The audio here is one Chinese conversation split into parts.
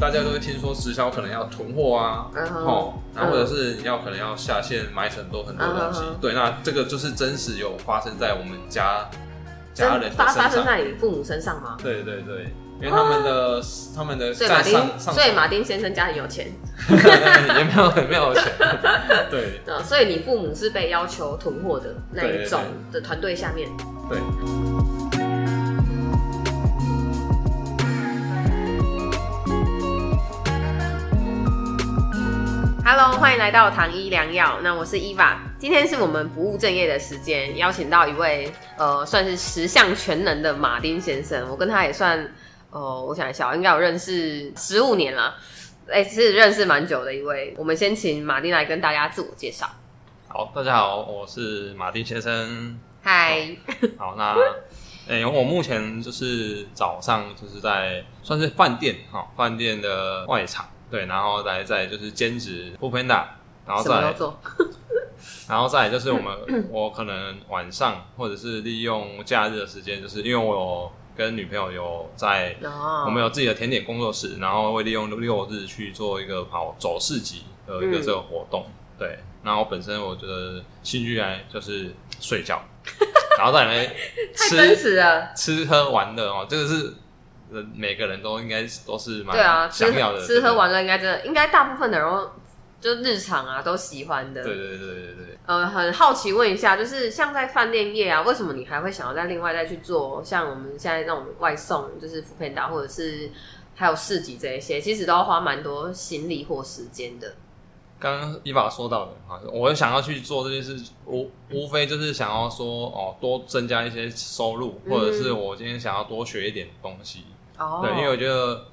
大家都会听说直销可能要囤货啊，嗯哼哦，然后嗯或者是你要可能要下线买很多很多东西嗯哼哼。对，那这个就是真实有发生在我们家家人真的发发身生上。在你啊父母身上吗？对对对，因为他们的他们的所以马在上丁，上 所以马丁先生家很有钱，也没有也没有钱，对呃，所以你父母是被要求囤货的那对一对种的团队下面。对。 Hello，欢迎来到糖医良药。那我是伊娃，今天是我们不务正业的时间，邀请到一位呃，算是十项全能的马丁先生。我跟他也算，哦，我想一下，应该有认识十五年了，哎、是认识蛮久的一位。我们先请马丁来跟大家自我介绍。好，大家好，我是马丁先生。嗨，好，那 诶、我目前就是早上就是在算是饭店哈，哦饭、店的外场对，然后来在就是兼职 f o o p a n d a 然后什再么都来做，然后再来就是我们 我可能晚上或者是利用假日的时间，就是因为我有跟女朋友有在哦，我们有自己的甜点工作室，然后会利用六日去做一个跑走市集的一个嗯这个活动。对，然后本身我觉得兴趣来就是睡 觉，然后再来太真吃实了。吃喝玩乐哦，这个是呃每个人都应该都是蛮对啊，吃想要的，吃喝玩乐。乐应该真的，应该大部分的人都就日常啊都喜欢的。对对对对对对，呃，很好奇问一下，就是像在饭店业啊，为什么你还会想要再另外再去做像我们现在那种外送，就是福片达或者是还有市集这一些，其实都要花蛮多心力或时间的。刚刚伊爸说到的啊，我想要去做这件事，无无非就是想要说哦，多增加一些收入，或者是嗯我今天想要多学一点东西。哦，对，因为我觉得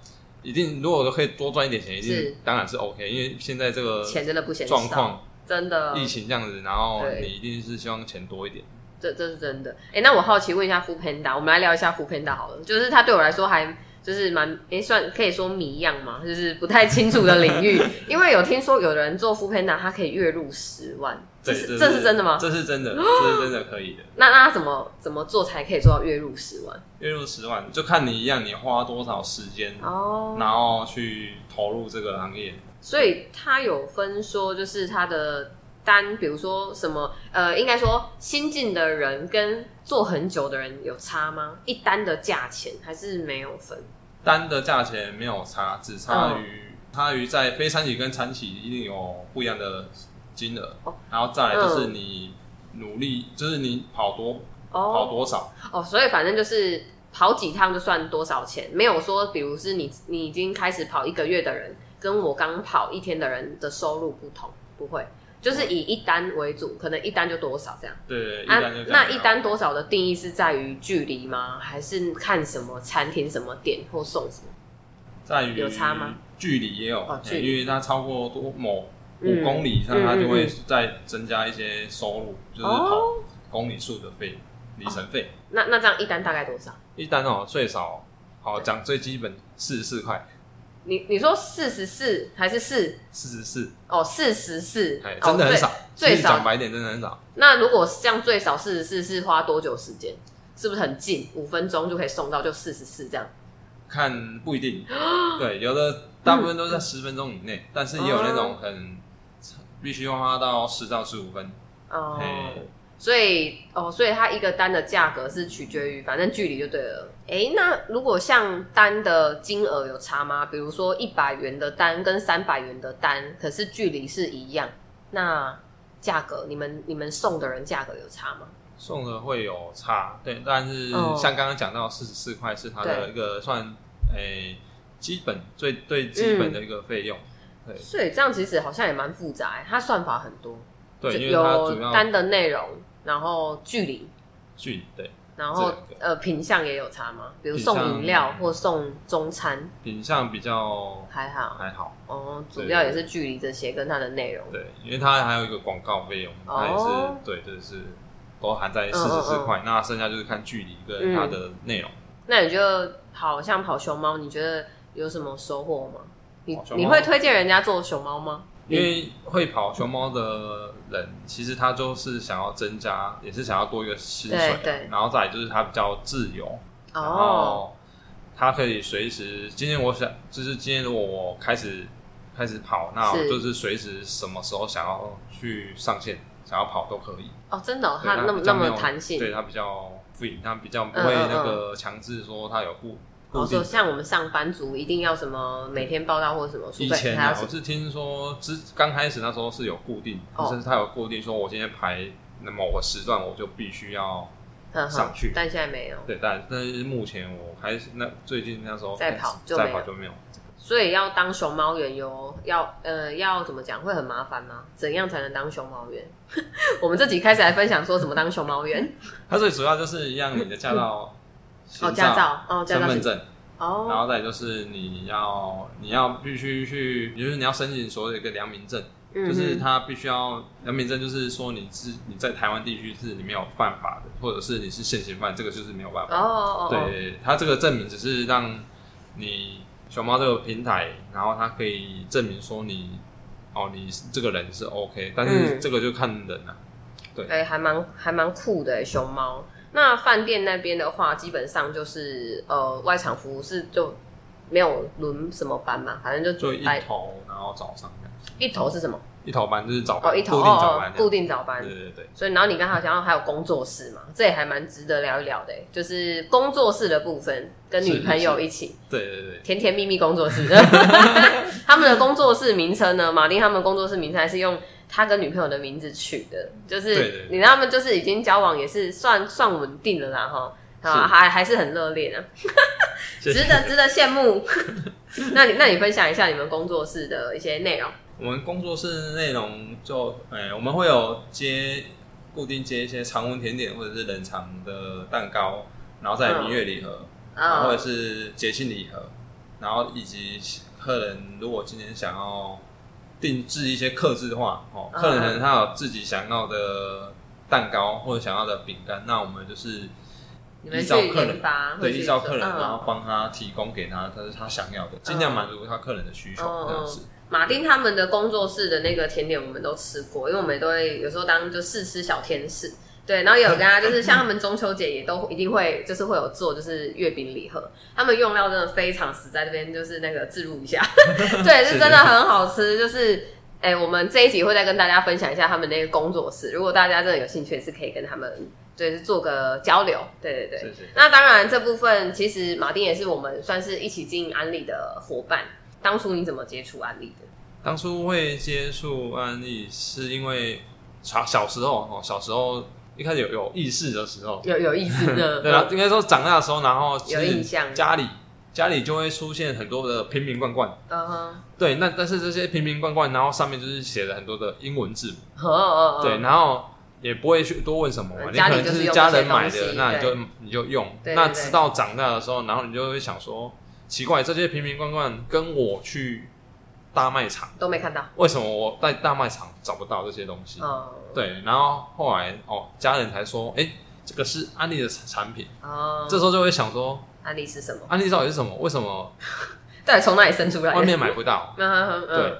一定，如果我可以多赚一点钱，一是定当然是 OK。因为现在这个钱真的不嫌状少，况，真的疫情这样子，然后对你一定是希望钱多一点。这这是真的。哎、那我好奇问一下 f o o Panda，我们来聊一下 f o o Panda 好了。就是它对我来说还就是蛮哎、算可以说迷样嘛，就是不太清楚的领域。因为有听说有人做 f o o Panda，他可以月入十万，这对是这是真的吗？这是真 的，这是真的可以的。那那他怎么怎么做才可以做到月入十万？月入十万，就看你一样，你花多少时间，哦，然后去投入这个行业。所以他有分说，就是他的单，比如说什么呃，应该说新进的人跟做很久的人有差吗？一单的价钱还是没有分？单的价钱没有差，只差嗯于、差于在非餐企跟餐企一定有不一样的金额，哦然后再来就是嗯你努力，就是你跑多哦，跑多少。哦，所以反正就是跑几趟就算多少钱，没有说比如是你你已经开始跑一个月的人，跟我刚跑一天的人的收入不同，不会，就是以一单为主，可能一单就多少这样。对，一啊单就，这样那一单多少的定义是在于距离吗？还是看什么餐厅、什么点或送什么？在于有差吗？距离也有，哦嗯距离因为它超过多某嗯五公里以上，嗯它就会嗯再增加一些收入，就是跑哦，公里数的费、里程费。那那这样一单大概多少？一单哦，最少好讲最基本四十四块，你你说四十四还是四？四十四，哦，四十四哎，，真的很少哦。最其实少讲白一点，真的很少。最那如果是这样，最少四十四是花多久时间？是不是很近？五分钟就可以送到，就四十四这样。看不一定， 对，有的大部分嗯都在十分钟以内，但是也有那种很必须要花到十到十五分。哦哎，所以哦，所以它一个单的价格是取决于反正距离就对了。诶，那如果像单的金额有差吗？比如说一百元的单跟三百元的单，可是距离是一样，那价格你们你们送的人价格有差吗？送的会有差，对，但是哦像刚刚讲到四十四块是它的对一个算诶、基本最最基嗯本的一个费用，所以这样其实好像也蛮复杂、它算法很多，对，就因为它主有要单的内容，然后距离，距离对然后这两呃品相也有差吗？比如品送相饮料或送中餐品相比较还好还好，哦，主对要对也是距离这些跟它的内容。对，因为它还有一个广告费用，它也是、哦对，就是都含在嗯四十四嗯块，那剩下就是看距离跟它的内容。那你觉得跑像跑熊猫，你觉得有什么收获吗？你跑熊猫你会推荐人家做熊猫吗？因为会跑熊猫的人，其实他就是想要增加，也是想要多一个薪水啊，对对然后再来就是他比较自由，然哦，后它可以随时，今天我想，就是今天如果我开始开始跑，那我是就是随时什么时候想要去上线，想要跑都可以。哦，真的哦、对它那么比那较没么有弹性，哦对它比较 free，它比较不会嗯嗯那个强制说它有固固哦，定说像我们上班族一定要什么每天报道或者什么，除以非前他要啊，什我么是听说之刚开始那时候是有固定，哦就是它有固定说，我今天排那某个时段我就必须要嗯哼上去但现在没有，对，但但是目前我还是那最近那时候再开始跑就再没跑有就没有，所以要当熊猫园哟，要呃要怎么讲会很麻烦吗？怎样才能当熊猫园？ 我们这集开始来分享说怎么当熊猫园它最主要就是一样你的驾照、哦，行驾照哦，驾身照份是证，然哦，后再就是你要你要必须去，就是你要申请所有的一个良民证，嗯就是哼，它必须要良民证，就是说你是你在台湾地区是你没有犯法的，或者是你是现行犯，这个就是没有办法哦。哦哦，哦，对，它这个证明只是让你熊猫这个平台，然后它可以证明说你哦，你这个人是 OK，但是嗯这个就看人啊了、哎、还蛮还蛮酷的熊猫。那饭店那边的话，基本上就是呃外场服务是就没有轮什么班嘛，反正就就一哎头，然后早上这样一头是什么？一头班就是早班，哦，一头固定哦早哦班，固定早班对。对对，所以，然后你刚好讲到还有工作室嘛，这也还蛮值得聊一聊的，就是工作室的部分，跟女朋友一起对对对对，甜甜蜜蜜 工作室。他们的工作室名称呢，马丁他们工作室名称还是用他跟女朋友的名字取的，就对对是对你知道他们就是已经交往也是算算稳定了啦哈。啊，是还还是很热烈呢、谢值谢得值得羡慕。 那你那你分享一下你们工作室的一些内容我们工作室内容就，哎、我们会有接固定接一些常温甜点或者是冷藏的蛋糕，然后再来嗯蜜月礼盒，然啊后或者是节庆礼盒，然后以及客人如果今天想要定制一些客制化哦，嗯客人可能他有自己想要的蛋糕或者想要的饼干，那我们就是你们依去照客人研发，或对者是依照客人，嗯然后帮他提供给他他是他想要的，尽量满足他客人的需求嗯这样子。马丁他们的工作室的那个甜点我们都吃过，因为我们也都会有时候当就试吃小天使。对，然后也有跟他就是像他们中秋节也都一定会就是会有做就是月饼礼盒，他们用料真的非常实在，这边就是那个置入一下， 对，是是真的很好吃。就是哎、我们这一集会再跟大家分享一下他们那个工作室，如果大家真的有兴趣，也是可以跟他们就是做个交流。对对对，谢谢。那当然，这部分其实马丁也是我们算是一起经营安利的伙伴。当初你怎么接触安利的？当初会接触安利，是因为小小时候哦，小时候一开始有有意识的时候，有有意思 的，对，然啊后应该说长大的时候，然后其有印实象，家里家里就会出现很多的瓶瓶罐罐，嗯哼，对，那但是这些瓶瓶罐罐，然后上面就是写了很多的英文字母，哦哦哦，对，然后也不会去多问什么嘛，嗯你家可里能就是是用家这些人买东的，西那你对就你就用，对对那对直到长大的时候，然后你就会想说，奇怪，这些瓶瓶罐罐跟我去大卖场。都没看到，为什么我在大卖场找不到这些东西？哦，对，然后后来哦，家人才说，哎、这个是安利的产品。哦，这时候就会想说，安利是什么？安利到底是什么？为什么到底从哪里生出来的？外面买不到？嗯，嗯嗯对，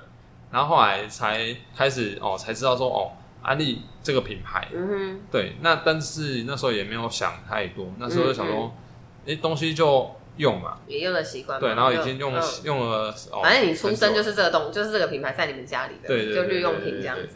然后后来才开始哦，才知道说哦，安利这个品牌。嗯哼，对，那但是那时候也没有想太多，那时候就想说，哎、东西就用嘛。也用了习惯嘛，对，然后已就经用、嗯嗯用了，哦、反正你出很生久就是这个东，就是这个品牌在你们家里的，对对对就日用品这样对子，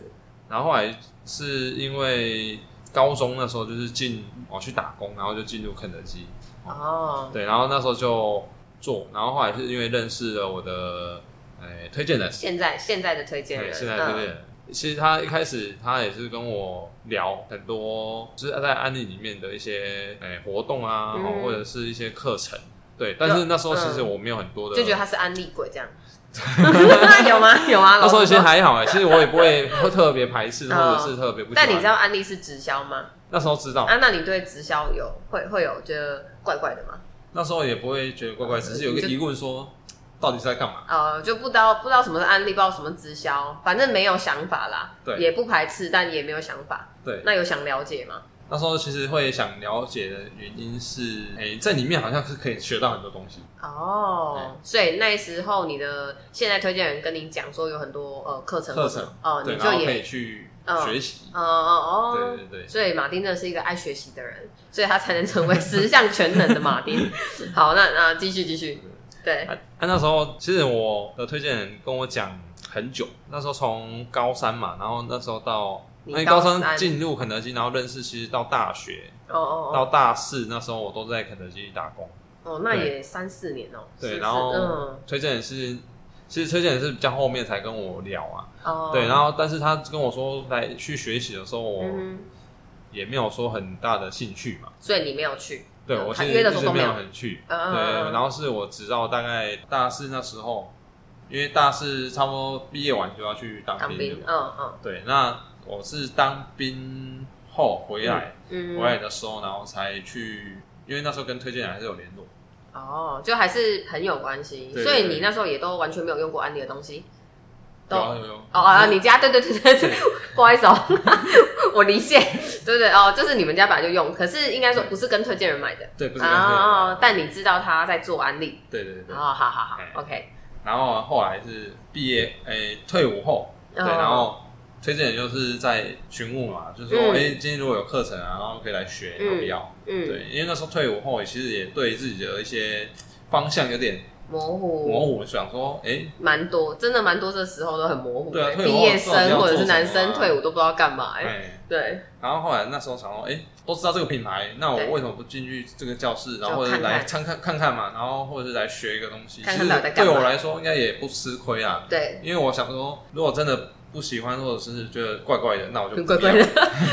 然后后来是因为高中那时候就是进哦去打工，然后就进入肯德基，哦，对，然后那时候就做，然后后来是因为认识了我的诶、推荐人，现在现在的推荐对，人，嗯现在推荐人。其实他一开始他也是跟我聊很多，就是在安利里面的一些诶、活动啊、哦嗯或者是一些课程，对。但是那时候其实我没有很多的，就觉得他是安利鬼这 样。 有吗？有啊，那时候老其实实说还好哎、其实我也不会会特别排斥，或者是特别不喜欢。但你知道安利是直销吗？那时候知道，啊，那你对直销有会会有觉得怪怪的吗？那时候也不会觉得怪怪，只是有一个疑问说，到底是在干嘛？呃，就不知道不知道什么是安利，不知道什么直销，反正没有想法啦，对也不排斥，但也没有想法。对，那有想了解吗？那时候其实会想了解的原因是，诶、在里面好像是可以学到很多东西。哦，所以那时候你的现在推荐人跟你讲说有很多呃课程课程哦，对，你然就后可以也去嗯学习。哦哦对哦对，对，所以马丁真的是一个爱学习的人，所以他才能成为十项全能的马丁。 好，那那继续继续，对，啊，啊那时候其实我的推荐人跟我讲很久，那时候从高三嘛，然后那时候到你因为高高三三进入肯德基，然后认识，其实到大学哦哦到大四那时候，我都在肯德基打工。哦，哦，那对也三四年哦，对是不是然后嗯推荐人是，其实推荐人是比较后面才跟我聊啊，哦，对，然后但是他跟我说来去学习的时候，我嗯哼，也没有说很大的兴趣嘛。所以你没有去，对嗯我他其实约的一时候直都没没有有，很去，嗯嗯对，嗯嗯然后是我直到大概大四那时候，因为大四差不多毕业完就要去当当兵了兵，嘛。嗯嗯对，那我是当兵后回来，嗯，回来的时候，然后才去，因为那时候跟推荐人还是有联络。哦，就还是朋友关系，对所以对你那时候也都完全没有用过安迪的东西，都有啊有有哦啊，你家对对对对对， 不好意思哦，我理解，对对哦，就是你们家本来就用，可是应该说不是跟推荐人买的对不是跟推荐人哦，但你知道他在做安利，对对对哦，对。好好好哎，OK，然后后来是毕业，诶、退伍后，对，哦然后推荐人就是在询问嘛，就是说，嗯诶、今天如果有课程啊，然后可以来学，要不要？嗯，对，因为那时候退伍后，其实也对自己的一些方向有点模糊模糊，想说，哎诶，蛮多，真的蛮多，这时候都很模糊对啊的，退伍毕后业到底生要或者做是男什么啊生退伍都不知道干嘛，哎、哎对，然后后来那时候想说，哎、都知道这个品牌，那我对为什么不进去这个教室，然后就或者看看来参看看看嘛，然后或者是来学一个东西，看其看实到底在干对嘛我来说应该也不吃亏啊，对，因为我想说，如果真的不喜欢或者是觉得怪怪的，那我嗯就不嗯很 怪怪要。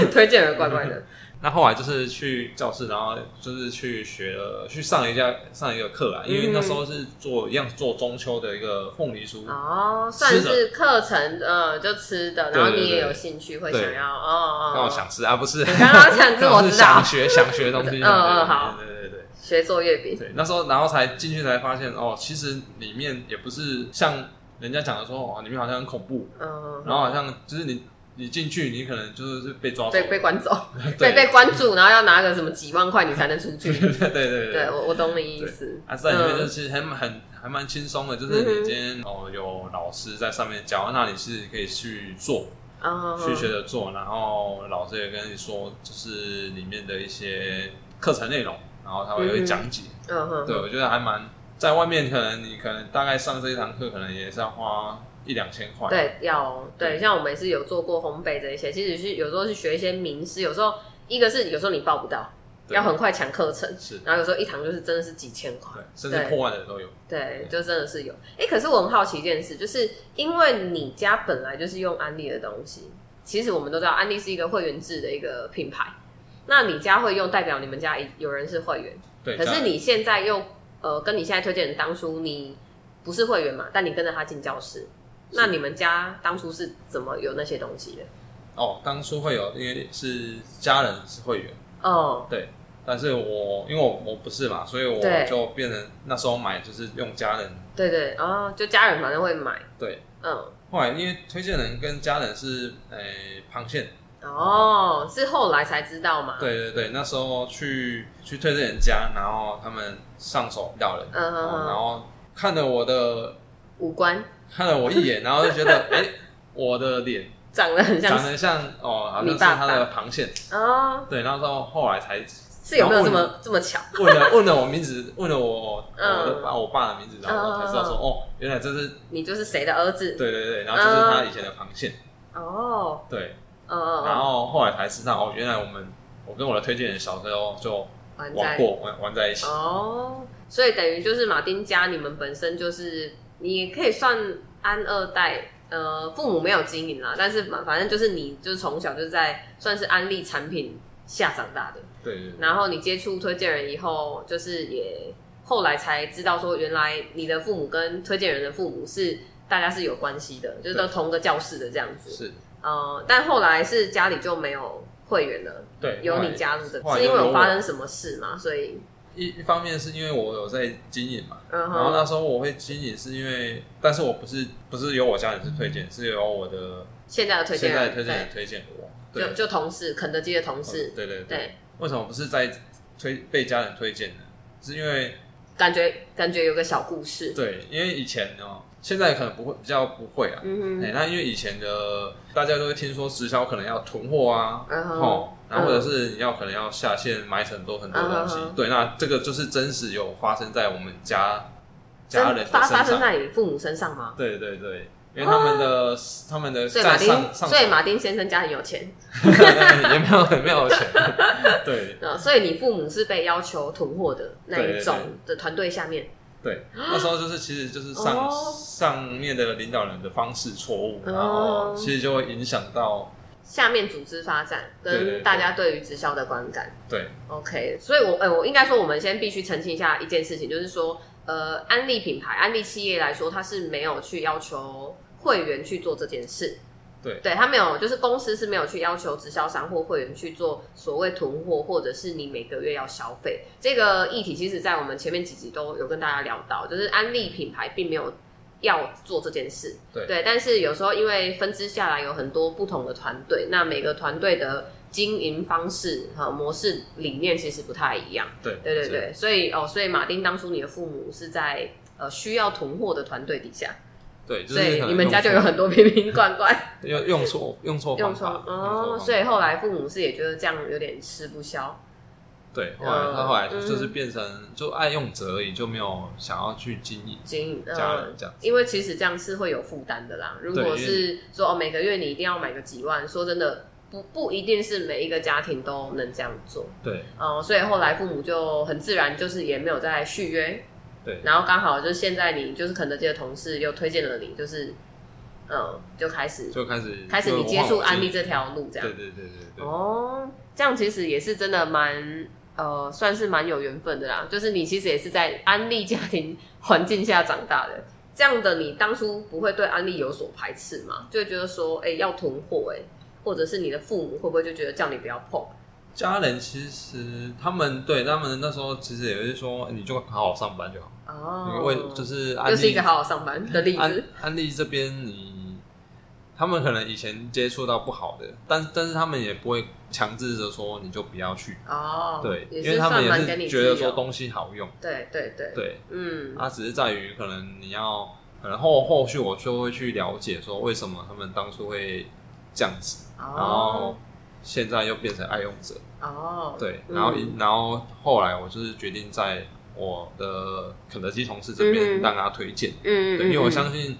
的，推荐人怪怪的，那后来就是去教室，然后就是去学了，去上了一下上一个课啊，因为嗯那时候是做一样做中秋的一个凤梨酥，哦，算吃的是课程，呃，就吃的，对然后对你也对有兴趣，会对想要，哦哦，让我想吃啊，不是，刚 刚想吃我知道想学想学东 西，嗯嗯好对对对对对。学做月饼，对，那时候然后才进去才发现哦，其实里面也不是像人家讲的说哦，里面好像很恐怖，嗯，然后好像就是你你进去你可能就是被抓走，被被关走， 对被被关注，然后要拿个什么几万块你才能出 去。对对 对对，。我我懂你意思。啊，在里面就嗯其实还蛮很还蛮轻松的，就是嗯哼你今天哦有老师在上面教，那你是可以去做，哦去学着做，然后老师也跟你说，就是里面的一些课程内容，然后他会嗯会哼讲解，嗯哼，对，我觉得还蛮在外面，可能你可能大概上这一堂课，可能也是要花一两千块。对，要对，对像我们也是有做过烘焙这一些，其实是有时候是学一些名师，有时候一个是有时候你报不到，对，要很快抢课程，是，然后有时候一堂就是真的是几千块对。，甚至破万的都有。对，就真的是有。哎、可是我很好奇一件事，就是因为你家本来就是用安利的东西，其实我们都知道安利是一个会员制的一个品牌，那你家会用，代表你们家有人是会员。对，可这是样你现在又呃，跟你现在推荐人当初你不是会员嘛，但你跟着他进教室，那你们家当初是怎么有那些东西的？哦，当初会有，因为是家人是会员，哦，对。但是我因为我我不是嘛，所以我对就变成那时候买就是用家人对对，哦，就家人反正会买，对。嗯，后来因为推荐人跟家人是诶、螃蟹，哦，是后来才知道嘛，，对对对，那时候去去推荐人家，然后他们上手到了，嗯哼哦哼然后看了我的五官看了我一眼，然后就觉 得，哎、我的脸长得很像长得像哦，好像你是爸爸他的螃蟹。哦，对，然后到后来才是有没有这然么这么巧？问了 问了我名字，问了我嗯我的爸我爸的名字，然后我才知道说，嗯哦，原来这是你就是谁的儿子？对对对，然后这啊是他以前的螃蟹。哦，对，嗯嗯，然后后来才知道，哦，原来我们我跟我的推荐人小时候就玩玩在过玩玩在一起。哦，所以等于就是马丁家你们本身就是你也可以算安二代，呃，父母没有经营啦，但是反反正就是你就是从小就在算是安利产品下长大的，对对对然后你接触推荐人以后，就是也后来才知道说，原来你的父母跟推荐人的父母是大家是有关系的，就是都对同个教室的这样子。是，呃，但后来是家里就没有会员了，对，有后来你加入的后，来是就因为有有我发生什么事嘛？所以一一方面是因为我有在经营嘛，嗯然后哼，那时候我会经营是因为，但是我不是不是由我家人去推荐，是由我的现在的嗯推荐现在人的推荐人对，推荐我，就对，嗯就同事，肯德基的同事，对对对，对，为什么不是在推被家人推荐呢？是因为感觉感觉有个小故事，对，因为以前哦，现在可能不会比较不会啊，嗯哎、哼，那因为以前的大家都会听说直销可能要囤货啊，嗯哼哦，然后或者是你要可能要下线买很多很多东西，嗯哼对，那这个就是真实有发生在我们家家人的真发发生上，在啊你父母身上吗？对对对，因为他们的、他们的所以马在丁，上上所以马丁先生家很有钱， 也没有很没有钱，对呃，所以你父母是被要求囤货的那对一对种的团队下面， 对，那时候就是其实就是上、哦上面的领导人的方式错误，哦然后其实就会影响到下面组织发展对对跟对大家对于直销的观感。对 OK，所以我，呃，我应该说，我们先必须澄清一下一件事情，就是说，呃，安利品牌、安利企业来说，它是没有去要求会员去做这件事。对对，它没有，就是公司是没有去要求直销商或会员去做所谓囤货，或者是你每个月要消费这个议题。其实，在我们前面几集都有跟大家聊到，就是安利品牌并没有要做这件事。对对，但是有时候因为分支下来有很多不同的团队，那每个团队的经营方式和模式理念其实不太一样。对对对对，所以哦，所以马丁当初你的父母是在呃需要囤货的团队底下，对，就所是以可能你们家用就有很多瓶瓶罐罐用用错 用错用方冲法哦，所以后来父母是也觉得这样有点吃不消。对，后嗯来他后来就嗯就是变成就爱用者而已，就没有想要去经营经营、家呃人这样子。因为其实这样是会有负担的啦。如果对因为是说哦，每个月你一定要买个几万，说真的，不不一定是每一个家庭都能这样做。对哦，所以后来父母就很自然，就是也没有再续约。对然后刚好就是现在你就是肯德基的同事又推荐了你，就是嗯，就开始就开始开始你接触安利，这条路这就样往。对对对对对，哦，这样其实也是真的蛮呃，算是蛮有缘分的啦。就是你其实也是在安利家庭环境下长大的，这样的你当初不会对安利有所排斥吗？就会觉得说，哎、要囤货，哎，或者是你的父母会不会就觉得叫你不要碰？家人其实他们对他们那时候其实也是说，你就好好上班就好，哦你，为就是安又利是一个好好上班的例安子。安利这边你。他们可能以前接触到不好的，但但是他们也不会强制着说你就不要去，哦，啊对，也因为是他们算蛮跟也是你觉得自由说东西好用，对对对，对，啊嗯，它只是在于可能你要，可能后后续我就会去了解说为什么他们当初会这样子，然后哦现在又变成爱用者，哦，对，嗯然后、然后后来我就是决定在我的肯德基同事这嗯边让他推荐，嗯，嗯对，因为我嗯相信，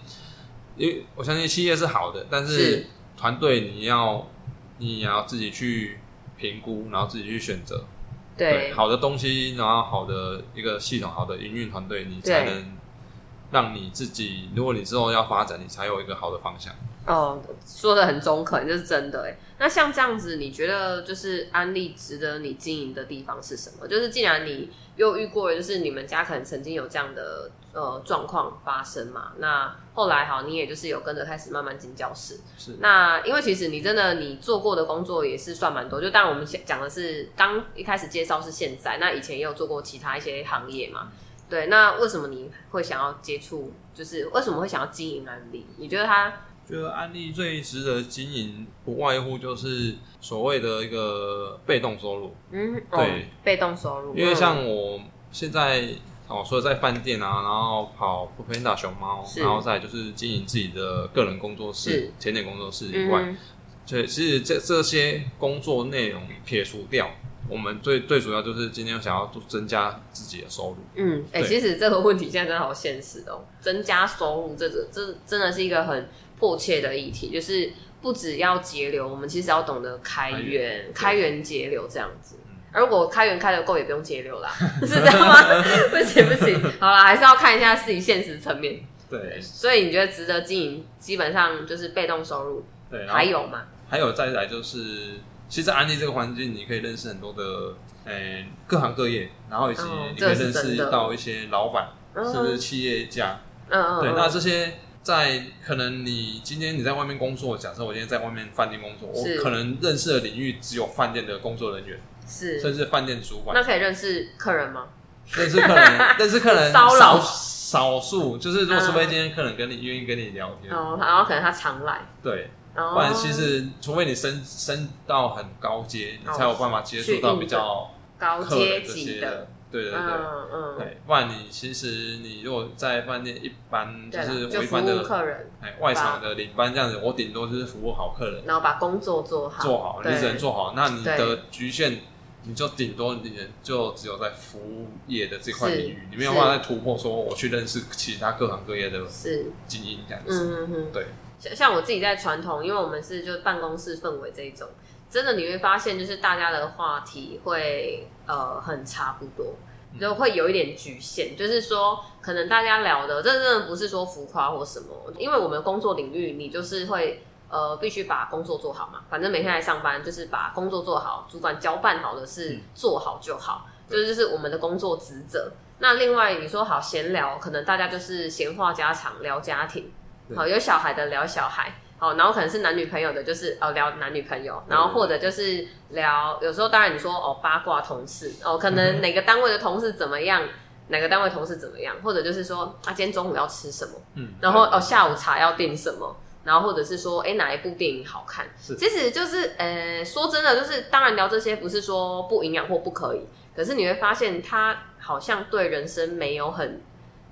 因为我相信企业是好的，但是是团队你要你也要自己去评估，然后自己去选择，对好的东西，然后好的一个系统，好的营运团队，你对才能让你自己，如果你之后要发展，你才有一个好的方向。哦，说的很中肯，这是真的哎。那像这样子，你觉得就是安利值得你经营的地方是什么？就是既然你又遇过，就是你们家可能曾经有这样的呃状况发生嘛，那后来好，你也就是有跟着开始慢慢进教室。是那因为其实你真的你做过的工作也是算蛮多，就当然我们先讲的是刚一开始介绍是现在，那以前也有做过其他一些行业嘛。对，那为什么你会想要接触？就是为什么会想要经营安利？你觉得它觉得安利最值得经营，不外乎就是所谓的一个被动收入，嗯，对哦，被动收入，因为嗯像我现在。哦，所以在饭店啊，然后跑 f o o p a n d a 熊猫，是然后再就是经营自己的个人工作是室、甜点工作室以嗯外，对，其实这这些工作内容撇除掉，我们最最主要就是今天想要做增加自己的收入。嗯，哎、对其实这个问题现在真的好现实哦，增加收入这个这真的是一个很迫切的议题，就是不只要节流，我们其实要懂得开开源源、开源节流这样子嗯。而如果开源开的够，也不用节流啦，是这样吗？ 不行不行，好啦，还是要看一下自己现实层面。对所以你觉得值得经营，基本上就是被动收入，对，然后还有嘛？还有再来就是，其实安利这个环境，你可以认识很多的，诶、各行各业，然后以及哦你这可以是认真识的到一些老板，嗯甚至企业家。嗯嗯，对，嗯那这些在可能你今天你在外面工作，假设我今天在外面饭店工作，我是可能认识的领域只有饭店的工作人员，是甚至饭店主管那。可以认识客人吗？但是客 人，但是客人骚扰少嗯少数，就是如果除非今天客人跟你愿意跟你聊天，哦，然后可能他常来，对，哦，不然其实除非你升升到很高阶，你才有办法接触到比较哦高客阶人这级些的，的，对对对。嗯嗯，对，不然你其实你如果在饭店一般就对是啦，我就一服般务的客人，哎外场的领班这样子，我顶多就是服务好客人，然后把工作做好，做好，你对只能做好。那你对的局限，你就顶多你也就只有在服务业的这块是领域，你没有是办法再突破，说我去认识其他各行各业的是，精英这样子。嗯嗯嗯，对。像像我自己在传统，因为我们是就办公室氛围这一种，真的你会发现，就是大家的话题会呃很差不多，嗯就会有一点局限，就是说可能大家聊的这真的不是说浮夸或什么，因为我们工作领域你就是会。呃，必须把工作做好嘛，反正每天来上班就是把工作做好，主管交办好的事嗯做好就好，对这就是我们的工作职责。那另外你说好闲聊，可能大家就是闲话家常聊家庭，对好有小孩的聊小孩，好，然后可能是男女朋友的，就是哦聊男女朋友，然后或者就是聊，有时候当然你说哦八卦同事，哦可能哪个单位的同事怎么样，哪个单位同事怎么样，或者就是说啊今天中午要吃什么，嗯，然后哦对下午茶要订什么，然后或者是说哎哪一部电影好看，是其实就是呃说真的，就是当然聊这些不是说不营养或不可以，可是你会发现它好像对人生没有很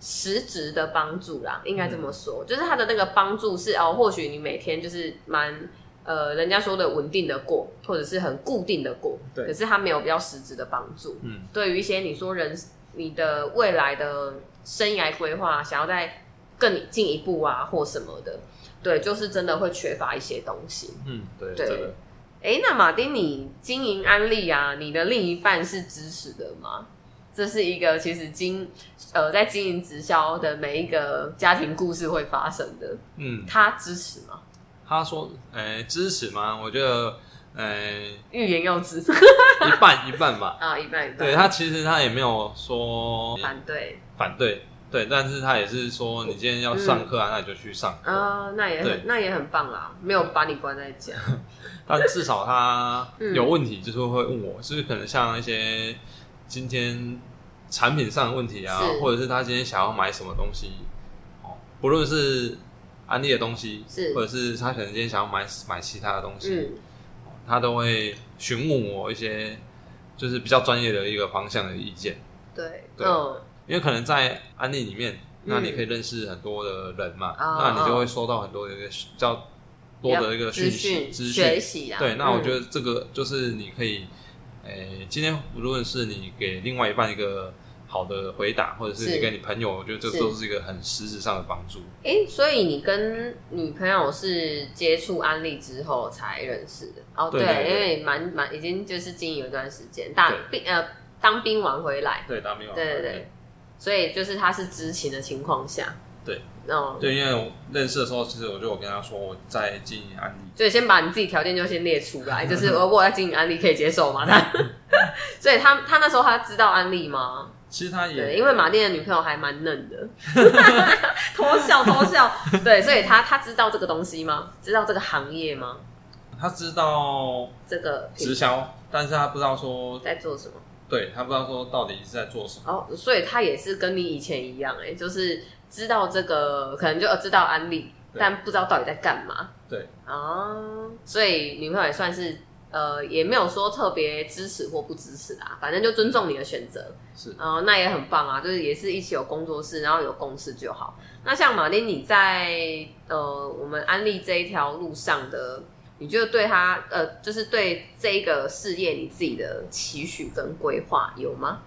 实质的帮助啦，应该这么说，嗯就是它的那个帮助是哦，或许你每天就是蛮。呃，人家说的稳定的过，或者是很固定的过，对可是它没有比较实质的帮助。嗯，对于一些你说人你的未来的生涯规划，想要再更进一步啊或什么的，对，就是真的会缺乏一些东西。嗯，对，对真的哎，那马丁，你经营安利啊，你的另一半是支持的吗？这是一个其实经呃在经营直销的每一个家庭故事会发生的，嗯，他支持吗？他说，哎，支持吗？我觉得，哎，欲言又止 一半一半吧。 啊，一半一半，对他，其实他也没有说反对反对，对，但是他也是说，你今天要上嗯课啊，那你就去上课。啊、那也对很那也很棒啦，没有把你关在家，但至少他嗯有问题，就是会问我，就是可能像一些今天产品上的问题啊是，或者是他今天想要买什么东西，哦，不论是安利的东西，是或者是他可能今天想要买买其他的东西，嗯。哦他都会询问我一些就是比较专业的一个方向的意见，对，对嗯，因为可能在安利里面，那你可以认识很多的人嘛，哦那你就会收到很多的一个比较多的一个资讯息资讯学习啊。对，那我觉得得这个就是你可以，诶、今天无论是你给另外一半一个好的回答，或者是是你给你朋友，我觉得这是都是一个很实质上的帮助。哎、诶所以你跟女朋友是接触安利之后才认识的哦？对对对因为蛮蛮已经就是经营有一段时间，大对兵呃当兵完回来，对，达米瓦对对对，所以就是他是知情的情况下，对，哦，对，因为我认识的时候，其实我就有跟他说我在经营安利，所以先把你自己条件就先列出来，就是 呃我在经营安利可以接受吗？ 他，所以他他那时候他知道安利吗？其实他也对，因为马丁的女朋友还蛮嫩的， 偷笑偷笑。 对，所以他他知道这个东西吗？知道这个行业吗？他知道这个品直销，但是他不知道说，在做什么？对他不知道说到底是在做什么。哦，所以他也是跟你以前一样、欸，哎，就是知道这个，可能就呃知道安利，对但不知道到底在干嘛。对啊，所以女朋友也算是呃，也没有说特别支持或不支持啊，反正就尊重你的选择。是哦，那也很棒啊，就是也是一起有工作室，然后有共识就好。那像马丁，你在呃我们安利这一条路上的，你觉得对他呃，就是对这一个事业你自己的期许跟规划有吗？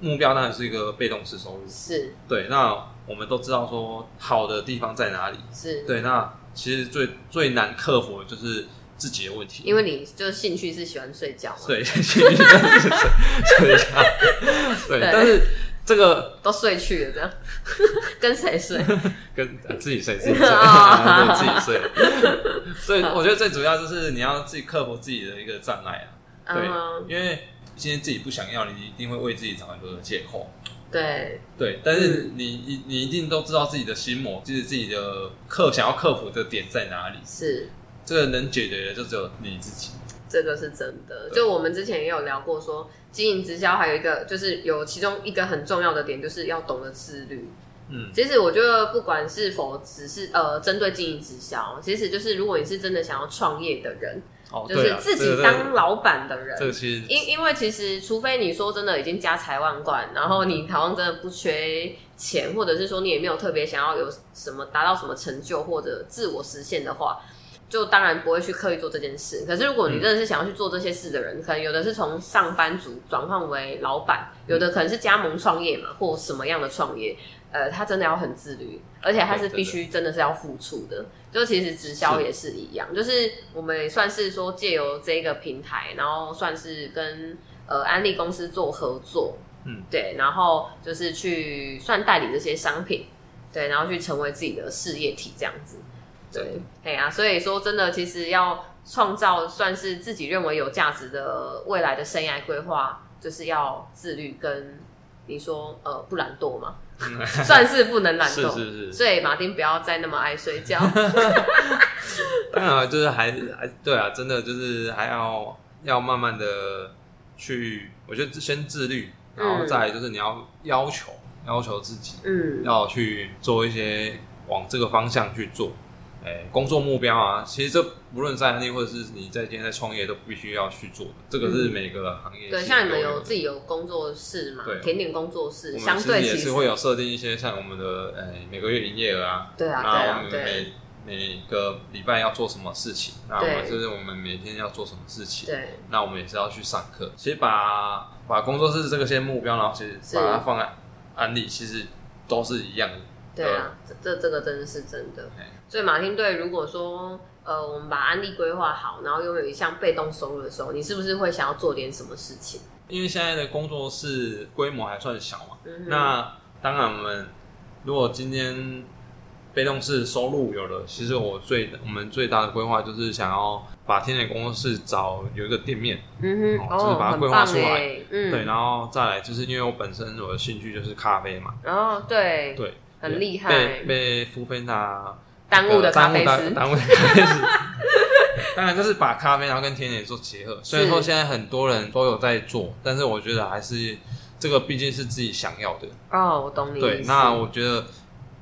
目标当然是一个被动式收入。是对，那我们都知道说好的地方在哪里，是，，对，那其实最最难克服的就是自己的问题，因为为你就是兴趣是喜欢睡觉嘛，对， 睡睡觉，对，对但是这个都睡去了这样， 跟谁 睡？跟、呃自己睡自己睡，哦 对，自己睡，所以我觉得最主要就是你要自己克服自己的一个障碍啊，对嗯，因为今天自己不想要，你一定会为自己找很多的借口。对，对，但是嗯你你、你一定都知道自己的心魔，就是自己的克想要克服的点在哪里。是这个能解决的就只有你自己。这个是真的。就我们之前也有聊过说经营直销还有一个就是有其中一个很重要的点，就是要懂得自律。嗯，其实我觉得，不管是否只是呃针对经营直销，其实就是如果你是真的想要创业的人，哦，就对是啊自这己个当老板的人，这个其实因因为其实，除非你说真的已经家财万贯，然后你台湾真的不缺钱，或者是说你也没有特别想要有什么达到什么成就或者自我实现的话，就当然不会去刻意做这件事。可是如果嗯你真的是想要去做这些事的人，可能有的是从上班族转换为老板，有的可能是加盟创业嘛，或什么样的创业。呃，他真的要很自律，而且他对是真的必须真的是要付出的。就其实直销也是一样，就是我们也算是说借由这个平台，然后算是跟呃安利公司做合作，嗯，对，然后就是去算代理这些商品，对，然后去成为自己的事业体这样子，真对的，对啊，所以说真的，其实要创造算是自己认为有价值的未来的生涯规划，就是要自律跟你说呃不懒惰嘛， 算是不能懒嗯是惰，是是所以马丁不要再那么爱睡觉。当然啊就是还还对啊，真的就是还要要慢慢的去，我觉得先自律，然后嗯再来就是你要要求要求自己，嗯要去做一些往这个方向去做，哎、工作目标啊，其实这不论在案例或者是你在今天在创业都必须要去做的，这个是嗯每个行业、对，像你们有自己有工作室嘛对？甜点工作室，我们相其对实也其是实会有设定一些像我们的呃每个月营业额啊，对啊，对那我啊，们对每每个礼拜要做什么事情，那我们对就是我们每天要做什么事情，对，那我们也是要去上课。其实把把工作室这个些目标，然后其是实把它放在案例，其实都是一样的。对啊，这这这个真的是真的哎。所以马丁队，如果说呃，我们把安利规划好，然后拥有一项被动收入的时候，你是不是会想要做点什么事情？因为现在的工作室规模还算小嘛，嗯哼，那当然我们如果今天被动式收入有了，其实我最我们最大的规划就是想要把天天工作室找有一个店面，嗯哼，哦就是把它规划出来很棒欸嗯，对，然后再来就是因为我本身我的兴趣就是咖啡嘛，然后哦对，对，很厉害被被富菲娜耽误的咖啡耽误师，耽误的咖啡师。当然，就是把咖啡然后跟甜点做结合。虽然说现在很多人都有在做，但是我觉得还是这个毕竟是自己想要的。哦，我懂你对意，思那我觉得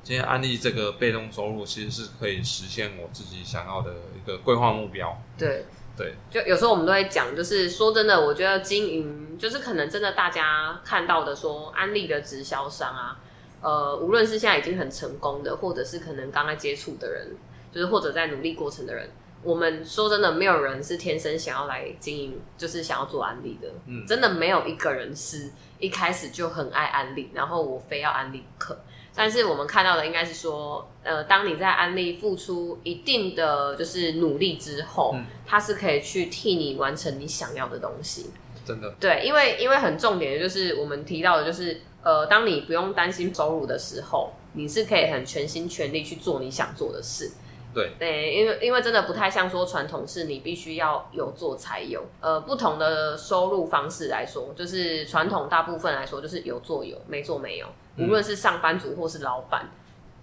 今天安利这个被动收入其实是可以实现我自己想要的一个规划目标。对对，就有时候我们都会讲，就是说真的，我觉得经营就是可能真的大家看到的说安利的直销商啊，呃，无论是现在已经很成功的，或者是可能刚刚接触的人，就是或者在努力过程的人，我们说真的，没有人是天生想要来经营，就是想要做安利的，嗯，真的没有一个人是一开始就很爱安利，然后我非要安利不可。但是我们看到的应该是说，呃，当你在安利付出一定的就是努力之后，嗯它是可以去替你完成你想要的东西。真的，对，因为因为很重点的就是我们提到的，就是呃，当你不用担心收入的时候，你是可以很全心全力去做你想做的事。对对，因为因为真的不太像说传统是你必须要有做才有，呃，不同的收入方式来说，就是传统大部分来说就是有做有，没做没有，嗯无论是上班族或是老板。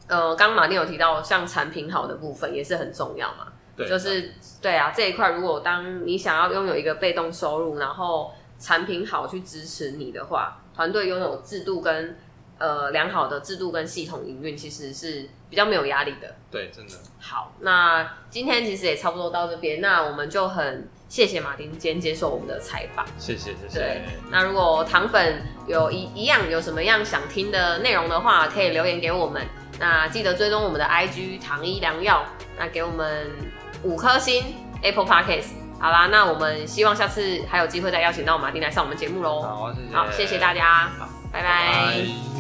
呃，刚刚马丁有提到，像产品好的部分也是很重要嘛。对，就是对啊，这一块如果当你想要拥有一个被动收入，然后产品好去支持你的话，团队拥有制度跟呃良好的制度跟系统营运，其实是比较没有压力的。对，真的，好，那今天其实也差不多到这边，那我们就很谢谢马丁今天接受我们的采访。谢谢，谢对谢，，那如果糖粉有一一样有什么样想听的内容的话，可以留言给我们。那记得追踪我们的 IG 糖衣良药，那给我们五颗星 Apple Podcast。好啦，那我们希望下次还有机会再邀请到马丁来上我们节目喽。好，谢谢，好，谢谢大家好，拜拜拜